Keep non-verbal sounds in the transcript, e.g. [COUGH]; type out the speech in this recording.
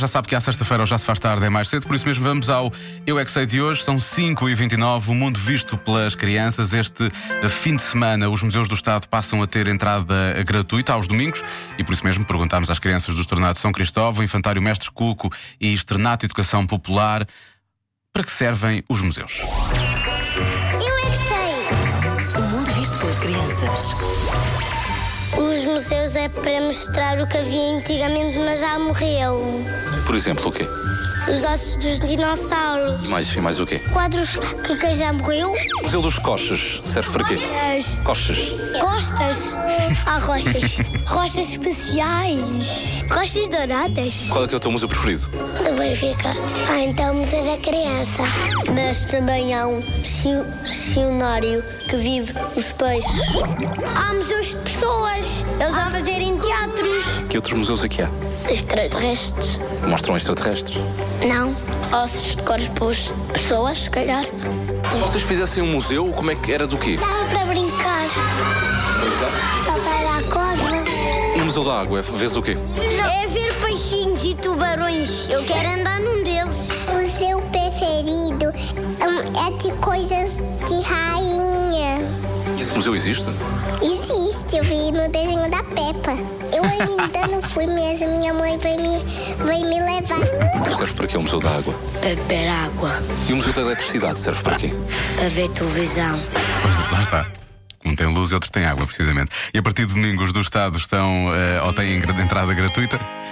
Já sabe que à sexta-feira ou já se faz tarde, é mais cedo, por isso mesmo vamos ao Eu É Que Sei de hoje. São 5h29, o mundo visto pelas crianças. Este eh, fim de semana, os museus do Estado passam a ter entrada eh, gratuita aos domingos e por isso mesmo perguntámos às crianças do Externato São Cristóvão, Infantário Mestre Cuco e Externato Educação Popular para que servem os museus. Eu é que sei! O mundo visto pelas crianças. Os museus é para mostrar o que havia antigamente, mas já morreu. Por exemplo, o quê? Os ossos dos dinossauros. E mais, e mais o quê? Quadros que quem já morreu. O Museu dos Coches serve para quê? As Coches. costas. Há rochas. rochas especiais. Rochas douradas. Qual é que é o teu museu preferido? Do Benfica. Ah, então o Museu da Criança. Mas também há um cionário que vive os peixes. Há museus de pessoas. Eles a fazerem teatros. Que outros museus aqui há? Extraterrestres. Mostram extraterrestres. Não. Ossos de corpos de pessoas, se calhar. Se vocês fizessem um museu, como é que era do quê? Dava para brincar. Saltar à corda. No Um Museu da Água, vês o quê? É ver peixinhos e tubarões. Eu quero andar num deles. O seu preferido é de coisas de rainha. Esse museu existe? Existe, eu vi no desenho da Peppa. Eu [LAUGHS] ainda não fui, mas a minha mãe vai me, vai me levar. Serve para quê o Museu da Água? beber água, E o Museu da Eletricidade serve para quê? a ver televisão. Pois, lá está. Um tem luz e outro tem água, precisamente. E a partir de domingos do Estado estão eh, ou têm entrada gratuita.